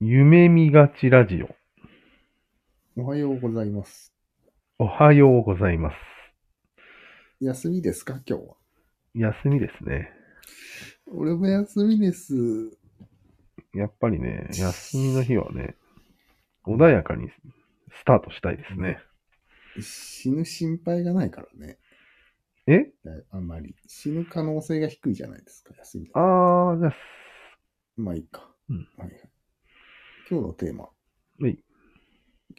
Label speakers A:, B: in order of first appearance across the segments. A: 夢見がちラジオ。
B: おはようございます。
A: おはようございます。
B: 休みですか今日は。
A: 休みですね。
B: 俺も休みです。
A: やっぱりね、休みの日はね、穏やかにスタートしたいですね。
B: 死ぬ心配がないからね。
A: え
B: あんまり。死ぬ可能性が低いじゃないですか、休み。
A: あー、じゃあ、
B: まあいいか。
A: うん
B: はいはい、今日のテーマ。
A: はい。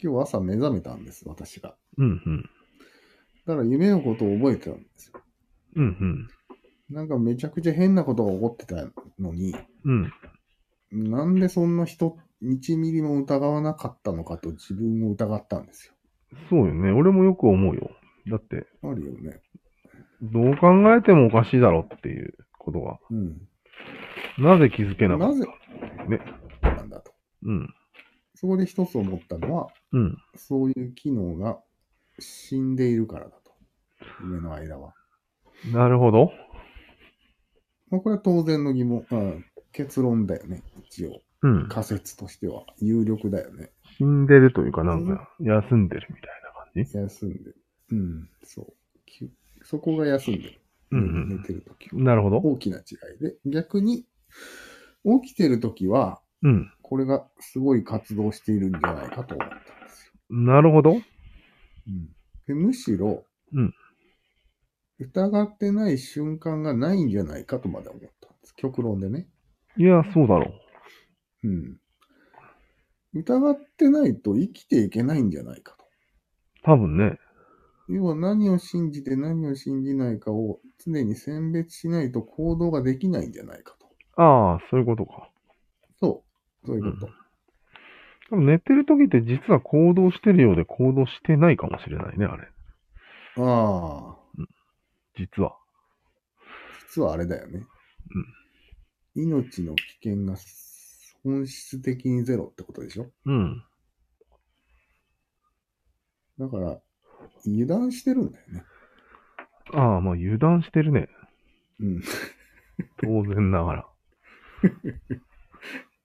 B: 今日朝目覚めたんです、私が。
A: うんうん。
B: だから夢のことを覚えてたんですよ。
A: うん
B: なんかめちゃくちゃ変なことが起こってたのに、
A: うん。うん。
B: なんでそんな人、1ミリも疑わなかったのかと自分を疑ったんですよ。
A: そうよね。俺もよく思うよ。だって、
B: あるよね。
A: どう考えてもおかしいだろっていうことは。
B: うん。
A: なぜ気づけなか
B: な
A: っ
B: ぜ
A: たね。
B: なんだと。
A: うん。
B: そこで一つ思ったのは、
A: うん。
B: そういう機能が死んでいるからだと。夢の間は。
A: なるほど。
B: まあ、これは当然の疑問、うん、結論だよね。一応。
A: うん。
B: 仮説としては有力だよね。
A: 死んでるというか、なんか、休んでるみたいな感じ。
B: 休んでる。うん、そう。きそこが休んでる。
A: うんうん
B: 寝てるときは。
A: なるほど。
B: 大きな違いで。逆に、起きてるときは、
A: うん。
B: これがすごい活動しているんじゃないかと思ったんですよ。
A: なるほど。
B: でむしろ、
A: うん
B: 疑ってない瞬間がないんじゃないかとまで思ったんです。極論でね。
A: いや、そうだろう。
B: うん、疑ってないと生きていけないんじゃないかと。
A: 多分ね。
B: 要は何を信じて何を信じないかを常に選別しないと行動ができないんじゃないかと。
A: ああ、そういうことか。
B: そう。そういうこと。
A: 多分寝てる時って実は行動してるようで行動してないかもしれないね、あれ。
B: ああ、
A: 実は。
B: 実はあれだよね。命の危険が本質的にゼロってことでしょ
A: うん。
B: だから、油断してるんだよね。
A: ああ、まあ油断してるね。
B: うん。
A: 当然ながら。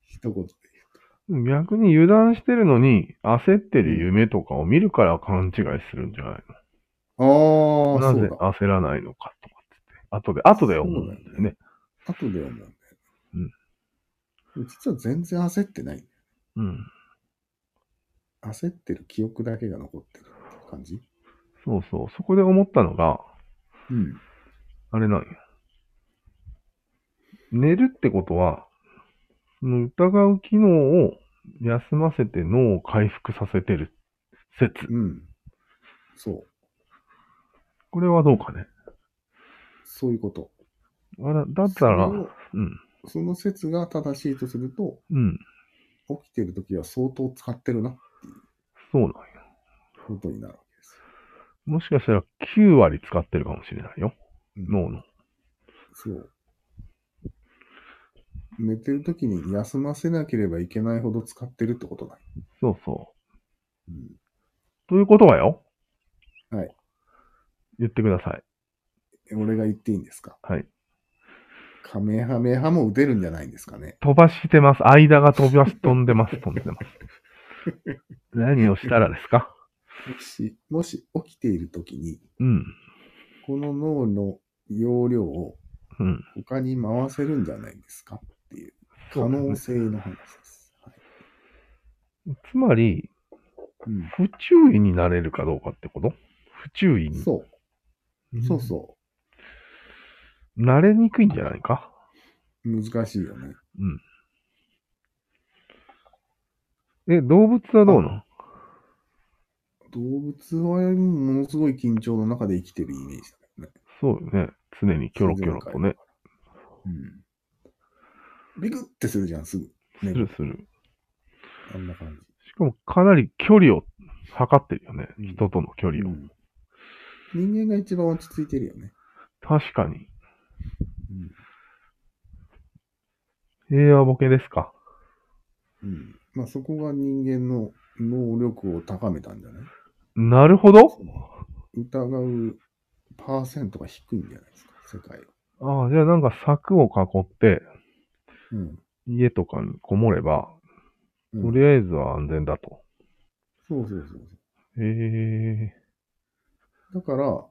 B: 一言で
A: 逆に油断してるのに焦ってる夢とかを見るから勘違いするんじゃない
B: 言う
A: の
B: と。ああ、
A: な
B: そ
A: ぜ
B: うだ。
A: 焦らないのかとかって後で、後で思うんだよ
B: そうだよ
A: ね。
B: 後で思うんだよね。実は全然焦ってない。
A: うん。
B: 焦ってる記憶だけが残ってるって感じ
A: そうそう。そこで思ったのが、
B: うん。
A: あれなんよ。寝るってことは、その疑う機能を休ませて脳を回復させてる説。
B: うん。そう。
A: これはどうかね。
B: そういうこと。
A: あら、だったら、
B: そうれを
A: ん、
B: その説が正しいとすると、
A: うん、
B: 起きてるときは相当使ってるなって
A: そうなんよ。
B: ことになるわけですよ。
A: もしかしたら9割使ってるかもしれないよ。
B: うん
A: 脳の。
B: そう。寝てるときに休ませなければいけないほど使ってるってことだ。
A: そうそ
B: うん
A: う。ということはよ。
B: はい。
A: 言ってください。
B: 俺が言っていいんですか
A: はい。
B: カメハメハも打てるんじゃないんですかね
A: 飛ばしてます。間が飛ばし、飛んでます。飛んでます。 何をしたらですか
B: もし、もし起きているときに、
A: うん。
B: この脳の容量を
A: うん。
B: 他に回せるんじゃないですかっていう可
A: そう
B: 能性の話です。はい
A: つまり、
B: うん
A: 不注意になれるかどうかってこと不注意に。
B: そ
A: うん
B: う、そうそ
A: 慣れにくいんじゃないか
B: う。難しいよね。
A: え、動物はどうなの
B: 動物はものすごい緊張の中で生きてるイメージだよね。
A: そうよね。常にキョロキョロとね。
B: うん。ビクってするじゃん、すぐ。
A: す
B: ね
A: る、する。
B: あんな感
A: しかもかなり距離を測ってるよね。
B: うん
A: 人との距
B: じ。
A: 離を。
B: うん人間が一番落ち着いてるよね。
A: 確かに。
B: うん
A: 平和ボケですか
B: うんまあそこが人間の能力を高めたんじゃない
A: なるほど。
B: 疑うパーセントが低いんじゃないですか、世界は。
A: ああ、じゃあなんか柵を囲って、
B: うん。
A: 家とかにこもれば、
B: うん
A: とりあえずは安全だと。
B: そうそうそう
A: へえ
B: そう。だから、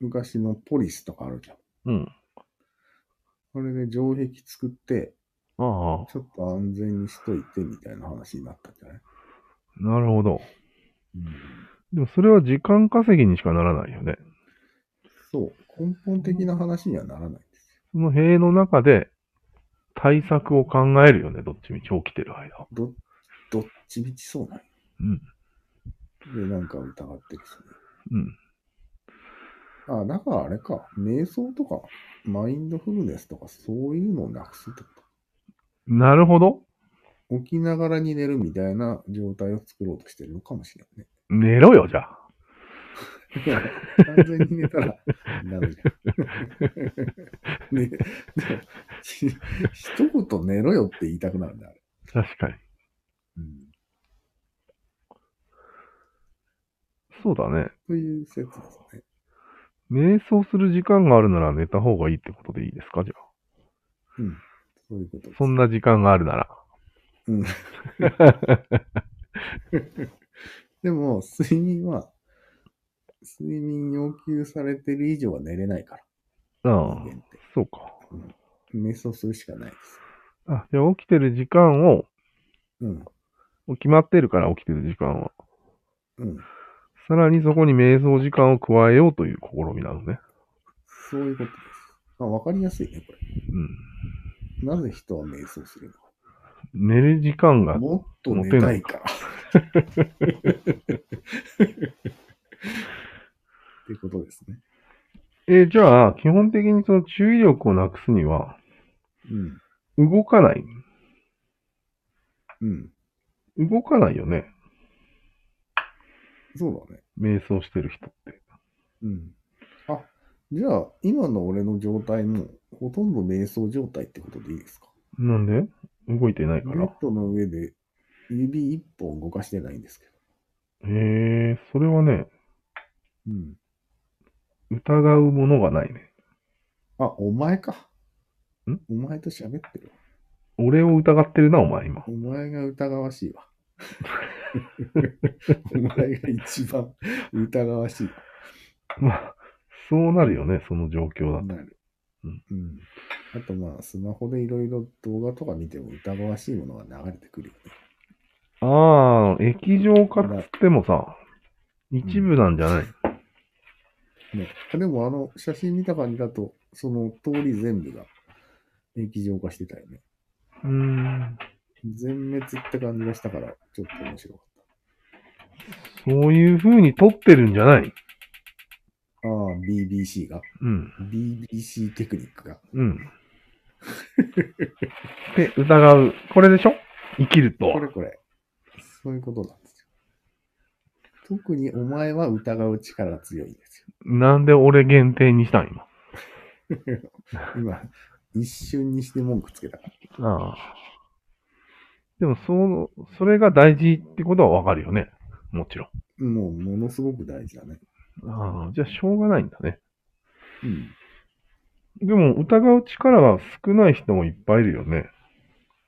B: 昔のポリスとかあるじゃん。
A: うん。
B: あれで城壁作って、
A: ああ、
B: ちょっと安全にしといてみたいな話になったんじゃない、
A: なるほど。
B: うん、
A: でもそれは時間稼ぎにしかならないよね。
B: そう。根本的な話にはならないんです
A: その塀の中で対策を考えるよね、どっちみち起きてる間。
B: よ。ど、どっちみちそうなんよ
A: うん。
B: で、なんか疑ってるしね。
A: うん。
B: あ、だからあれか。瞑想とか、マインドフルネスとか、そういうのをなくすってこ
A: なるほど。
B: と。起きながらに寝るみたいな状態を作ろうとしてるのかもしれ ないね。
A: 寝ろよ、じゃあ。
B: 完全に寝たら、なるじ ゃん。ね、でも、ひ一言寝ろよって言いたくなるんだ、あれ。
A: 確かに。
B: うん、
A: そうだね。
B: という説ですね。
A: 瞑想する時間があるなら寝た方がいいってことでいいですかじゃあ。
B: うん。そういうことです。
A: そんな時間があるなら。
B: うんでも、睡眠は、睡眠要求されてる以上は寝れないから、
A: う
B: 人
A: ん。
B: 間って。
A: そうか。
B: 瞑想するしかないです。
A: あ、じゃあ起きてる時間を、
B: うん。
A: 決まってるから起きてる時間は。
B: うん。
A: さらにそこに瞑想時間を加えようという試みなのね。
B: そういうことです。まあ、わかりやすいね、これ。
A: うん。
B: なぜ人は瞑想するのか。
A: 寝る時間が、
B: もっと寝たいから。っていうことですね。
A: えーじゃあ、基本的にその注意力をなくすには、
B: うん。
A: 動かない。
B: うん。
A: 動かないよね。
B: そうだね。
A: 瞑想してる人って。
B: うん。あ、じゃあ、今の俺の状態も、ほとんど瞑想状態ってことでいいですか
A: なんで動いてないか
B: ベッ
A: ら。
B: ドの上で指一本動かしてないんですけど。
A: へえ、それはね、
B: うん。
A: 疑うものがないね。
B: あ、お前か。
A: ん
B: お前と喋ってるわ。
A: 俺を疑ってるな、お前今。
B: お前が疑わしいわ。お前が一番疑わしい。
A: まあ、そうなるよね、その状況だと。
B: なる。
A: うん
B: うん。あとまあ、スマホでいろいろ動画とか見ても疑わしいものが流れてくるよね。
A: ああ、液状化っつってもさ、一部なんじゃない、
B: ね、でもあの写真見た感じだと、その通り全部が液状化してたよね。
A: うーん、
B: 全滅って感じがしたから、ちょっと面白かっ
A: そういう風に撮ってるんじゃない
B: た。ああ、BBC が。
A: うん、
B: BBC テクニックが。
A: うん。で、疑う。これでしょ生きるとは
B: これこれ。そういうことなんですよ。特にお前は疑う力が強いんです
A: なんで俺限定にしたん今。
B: よ。今、一瞬にして文句つけたから。
A: ああ。でも、その、それが大事ってことはわかるよね。もちろ
B: もう、ものすごく大事だね。
A: ん。ああ、じゃあしょうがないんだね。
B: うん。
A: でも、疑う力が少ない人もいっぱいいるよね。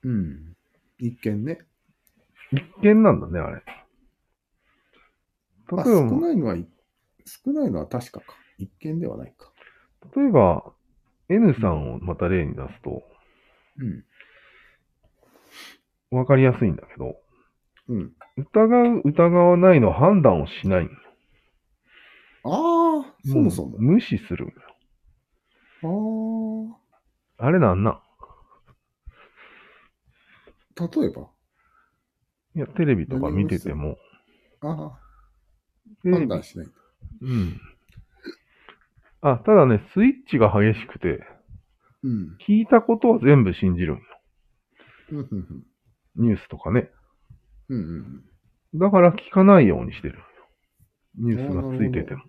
B: うん。一見ね。
A: 一見なんだね、あれ。
B: まあ、
A: 例え
B: 少
A: ば、
B: ないのは、少ないのは確かか。一見ではないか。
A: 例えば、N さんをまた例に出すと、
B: うん。
A: わかりやすいんだけど、
B: うん。
A: 疑う、疑わないの判断をしないんだよ。
B: ああ、そもそも
A: う。無視するんだよ。
B: あ
A: あれなんなん
B: あ、例えば。
A: いや、テレビとか見てても、
B: あ
A: テ
B: あ、
A: レ
B: 判
A: ビ
B: 断しない。
A: うん。あ、ただね、スイッチが激しくて、
B: うん。
A: 聞いたことは全部信じるんよ。
B: うん、うん、
A: ニュースとかね。
B: うん。うんうん
A: だから聞かないようにしてるんよ。ニュースがついてても。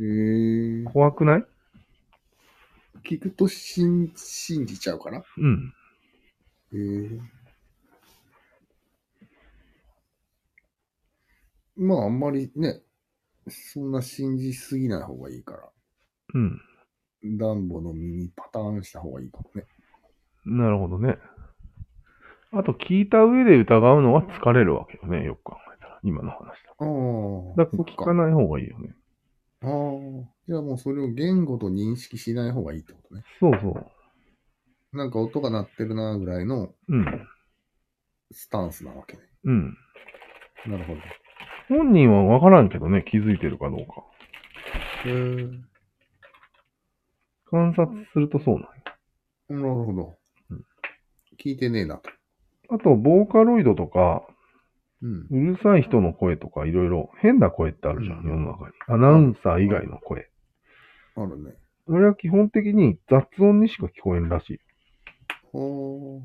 B: うん。へえ。
A: 怖くない
B: 聞くと信信じちゃうから。へ
A: うん。
B: え。まあ、あんまりね、そんな信じすぎない方がいいから。
A: うん。
B: 暖房の身にパターンした方がいいかもね。
A: なるほどね。あと聞いた上で疑うのは疲れるわけよね、よく考えたら。今の話だ
B: ああ。
A: と。だから聞か
B: い。
A: ない方がいいよね。
B: ああ。じゃあもうそれを言語と認識しない方がいいってことね。
A: そうそう。
B: なんか音が鳴ってるなぐらいの
A: うん。
B: スタンスなわけね。
A: うん。
B: なるほど。
A: 本人はわからんけどね、気づいてるかどうか。
B: へえ。
A: 観察するとそうなんよ
B: なるほど
A: うん。
B: 聞いてねえなと。
A: あと、ボーカロイドとか、
B: うん。
A: うるさい人の声とか、いろいろ変な声ってあるじゃん、
B: うん
A: 世の中に。アナウンサー以外の声。
B: あるね。
A: それは基本的に雑音にしか聞こえんらしい。
B: ほー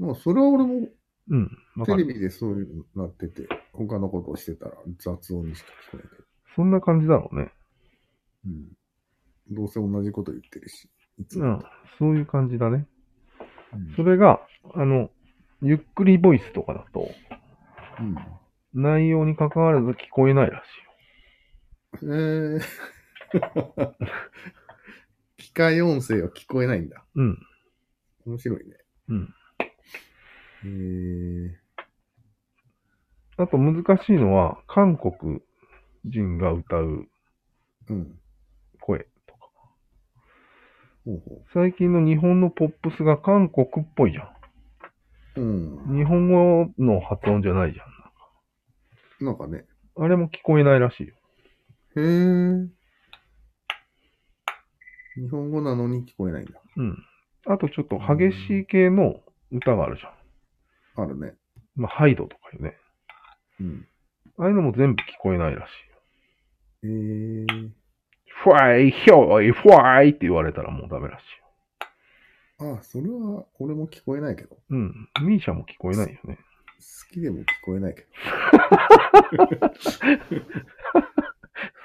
A: うん。
B: まあ、それは俺も
A: うん。わか
B: テレ
A: る。
B: ビでそういうのなってて、他のことをしてたら雑音にしか聞こえない。
A: そんな感じだろうね。
B: うん。どうせ同じこと言ってるし。いつ
A: う
B: も
A: ん。そういう感じだね。
B: うん
A: それが、あの、ゆっくりボイスとかだと、
B: うん
A: 内容に関わらず聞こえないらし
B: えー、 機械音声は聞こえないんだ。
A: いよ。うん。
B: 面白いね。
A: うん。
B: えー、
A: あと難しいのは、韓国人が歌う
B: うん。
A: 声とか。
B: ほうほ
A: 最近の日本のポップスが韓国っぽいじゃ
B: う。うん。
A: ん。日本語の発音じゃないじゃ
B: なんかね。
A: ん。あれも聞こえないらしいよ。
B: へー。日本語なのに聞こえないんだ。
A: うん。あとちょっと激しい系の歌があるじゃ
B: あるね。
A: ん。まあ、ハイドとかよね。
B: うん。
A: ああいうのも全部聞こえないらしいよ。
B: えー。
A: ファイ、ヒョイ、ファイって言われたらもうダメらし
B: あ、それは俺も聞こえないけど。好
A: いよ。うん。ミーシャも聞こえないよね。
B: きでも聞こえな いけど。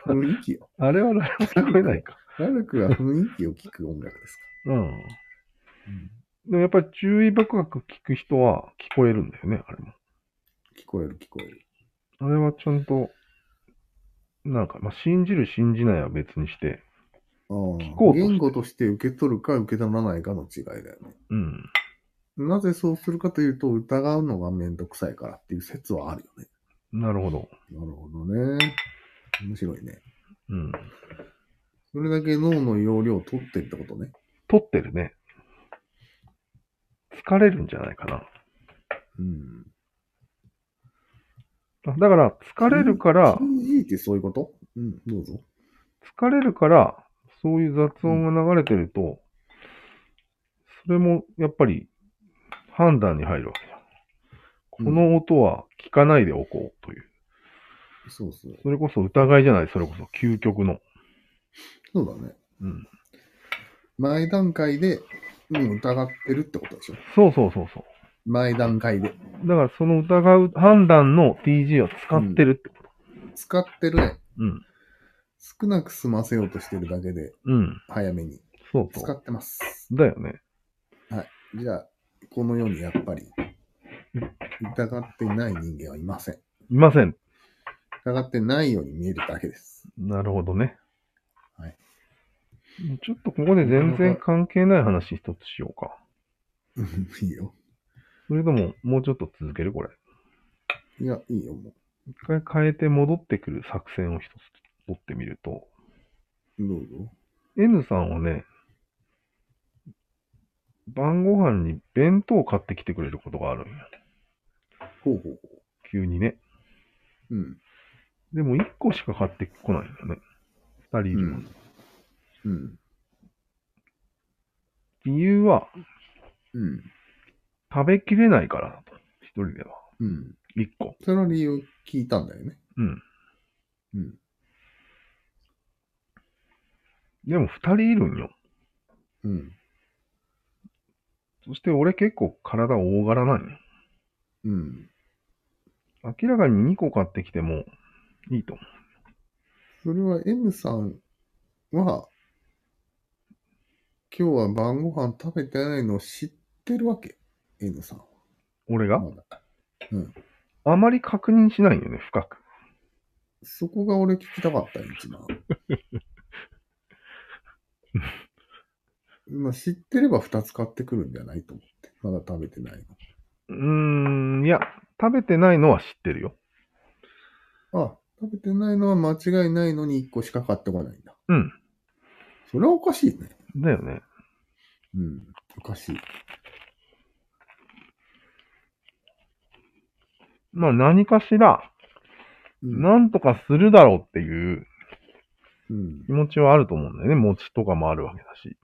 B: 雰囲気よ。
A: あれは誰も聞こえないか。
B: ラルクは雰囲気を聞く音楽ですか。
A: うん。でもやっぱり注意深く聞く人は聞こえるんだよね、あれも。
B: 聞こえる聞こえる。
A: あれはちゃんと、なんか、まあ、信じる信じないは別にして、
B: 聞
A: こうとして
B: 言語として受け取るか受け取らないかの違いだよね。
A: うん。
B: なぜそうするかというと、疑うのがめんどくさいからっていう説はあるよね。
A: なるほど。
B: なるほどね。面白いね。
A: うん。
B: それだけ脳の容量を取ってるってことね。
A: 撮ってるね。疲れるんじゃないかな。
B: うん。
A: あだから、疲れるから、
B: CG ってそういうことうん、どうぞ。
A: 疲れるから、そういう雑音が流れてると、それもやっぱり判断に入るわけじゃん。この音は聞かないでおこうという。
B: そうそう。
A: それこそ疑いじゃない、それこそ究極の。
B: そうだね。
A: うん。
B: 前段階で、もう疑ってるってことでしょ。
A: そうそうそうそう。
B: 前段階で。
A: だからその疑う判断の TG を使ってるってこと。
B: 使ってるね。
A: うん。
B: 少なく済ませようとしてるだけで、
A: うん。
B: 早めに。
A: そう
B: 使
A: そう。
B: ってます。
A: だよね。
B: じゃあ、この世にやっぱり、疑ってない人間はいません。
A: いません。
B: 疑ってないように見えるだけです。
A: なるほどね。
B: はい。
A: ちょっとここで全然関係ない話一つしようか。
B: うんいいよ。
A: それとも、もうちょっと続けるこれ。
B: いや、いいよ、も
A: 一回変えて戻ってくる作戦を一つ取ってみると、
B: う。どうぞ。
A: N さんはね、晩ご飯に弁当を買ってきてくれることがあるんや。
B: ほうほうほ
A: 急にね。
B: う。うん。
A: でも1個しか買ってこないんだよね。2人いるのに、
B: うん。
A: 理由は、
B: うん。
A: 食べきれないからだと。一人では。
B: うん。
A: 1個。
B: その理由聞いたんだよね。
A: うん。
B: うん。
A: でも2人いるんよ。
B: うん。
A: そして俺結構体大柄なんよ。
B: うん。
A: 明らかに2個買ってきてもいいと思
B: それは M さんは、今日は晩ご飯食べてないのを知ってるわけ。N さんは。
A: う。俺が
B: まだ
A: あまり確認しないんよね、深く。
B: そこが俺聞きたかった、一番。 まあ知ってれば二つ買ってくるんじゃないと思って。まだ食べてない
A: ーん、いや、食べてないのは知ってるよ。
B: の。あ、食べてないのは間違いないのに1個しか買ってこないんだ。
A: うん。
B: それはおかしいね。
A: だよね。
B: うん。おかしい。
A: まあ何かしら、
B: うん。
A: なんとかするだろうっていう
B: うん
A: 気。持ちはあると思うんだよね。餅とかもあるわけだし。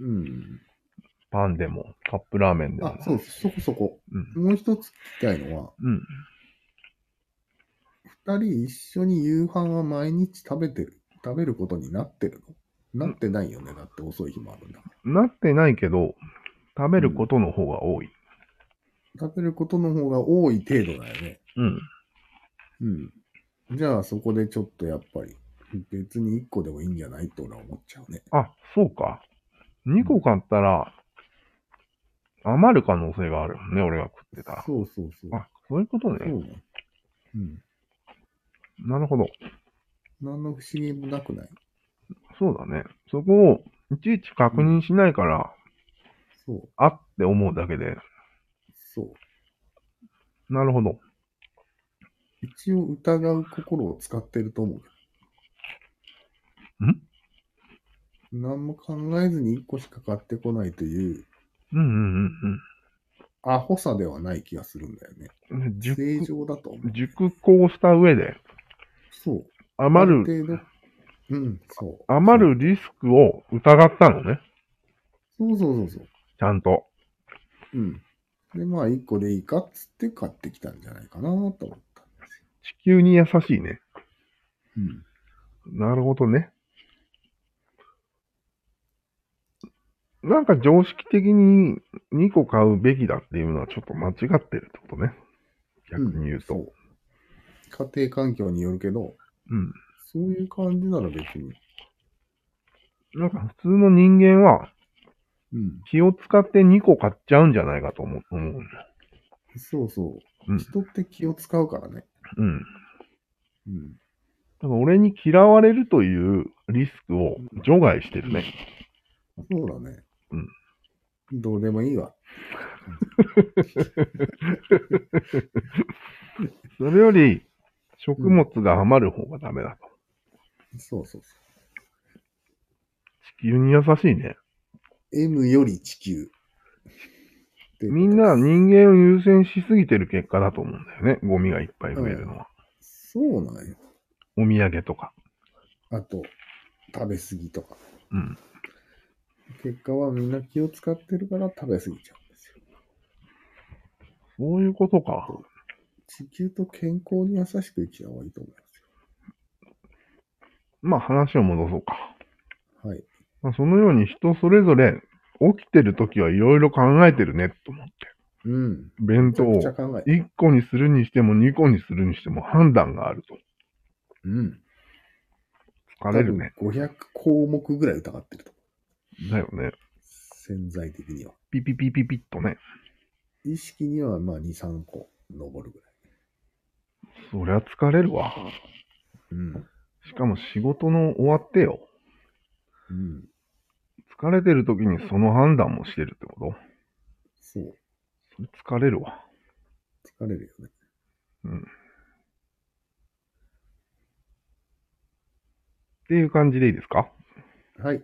B: うん。
A: パンでも、カップラーメンでも
B: あ、。そう、そこそこ。
A: うん。
B: もう一つ聞きたいのは、
A: うん。
B: 二人一緒に夕飯は毎日食べてる。食べることになってるのなってないよね。だって遅い日もあるんだから。
A: なってないけど、食べることの方が多い。
B: 食べることの方が多い程度だよね。
A: うん。
B: うん。じゃあそこでちょっとやっぱり別に1個でもいいんじゃないって俺は思っちゃうね。
A: あ、そうか。2個買ったら、余る可能性があるよね、俺が食ってたら。
B: そうそうそう。
A: あ、そういうこと
B: そう
A: ね。
B: ね。うん。
A: なるほど。
B: 何の不思議もなくない
A: そうだね。そこを、いちいち確認しないから、
B: そう、
A: あって思うだけで。
B: そう。
A: なるほど。
B: 一応疑う心を使ってると思うけど。
A: ん
B: 何も考えずに1個しか買ってこないという
A: うんうん
B: アホさではない気がするんだよね。
A: うんうん。熟
B: 正常だと思う。
A: 熟考した上で、
B: そう。
A: 余る、
B: る程度。うん、そう。
A: 余るリスクを疑ったのね。
B: そうそうそうそう。
A: ちゃんと。
B: うん。で、まあ、1個でいいかっつって買ってきたんじゃないかなと思ったんですよ。
A: 地球に優しいね。
B: うん。
A: なるほどね。なんか常識的に2個買うべきだっていうのはちょっと間違ってるってことね。逆に言うと。
B: んそう家庭環境によるけど、
A: うん。
B: そういう感じなら別に。
A: なんか普通の人間は
B: うん。
A: 気を使って2個買っちゃうんじゃないかと思う。思う
B: そうそう。
A: うん
B: 人って気を使うからね。
A: うん。
B: うん。
A: だから俺に嫌われるというリスクを除外してるね。
B: そうだね。
A: うん。
B: どうでもいいわ。
A: それより食物が余る方がダメだと。
B: そうそうそ
A: 地球に優しいね。
B: う。M より地球。っていうこと
A: みんな人間を優先しすぎてる結果だと思うんだよね。ゴミがいっぱい増えるのは。
B: そうなんよ。
A: お土産とか。
B: あと、食べ過ぎとか。
A: うん。
B: 結果はみんな気を使ってるから食べ過ぎちゃうんですよ。
A: そういうことか。
B: 地球と健康に優しく生きた方がいいと思います
A: まあ話を戻そうか。
B: よ。はい。
A: まあ、そのように人それぞれ起きてる時はいろいろ考えてるねと思って。
B: うん。
A: 弁
B: めち
A: 当
B: ゃ
A: を
B: くちゃ考えて。
A: 1個にするにしても2個にするにしても判断があると。
B: うん。
A: 疲れるね。
B: 多分500項目ぐらい疑ってると。
A: だよね。
B: 潜在的には。
A: ピピピピピッとね。
B: 意識にはまあ2、3個上るぐらい。
A: そりゃ疲れるわ。
B: うん。
A: しかも仕事の終わってよ。
B: うん。
A: 疲れてる時にその判断もしてるってこと
B: そう。
A: それ疲れるわ。
B: 疲れるよね。
A: っていう感じでいいですか
B: はい。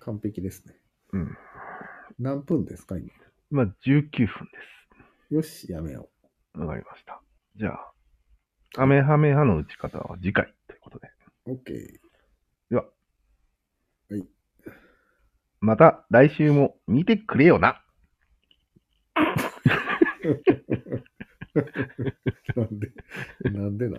B: 完璧ですね。
A: うん。
B: 何分ですか、今。
A: 今19分で
B: よし、やめよ
A: す。わかりました。じゃあ、アメハメ派の打ち方は次回ということで。
B: う。OK。
A: また来週も見てくれよな。
B: なんで、なんでだ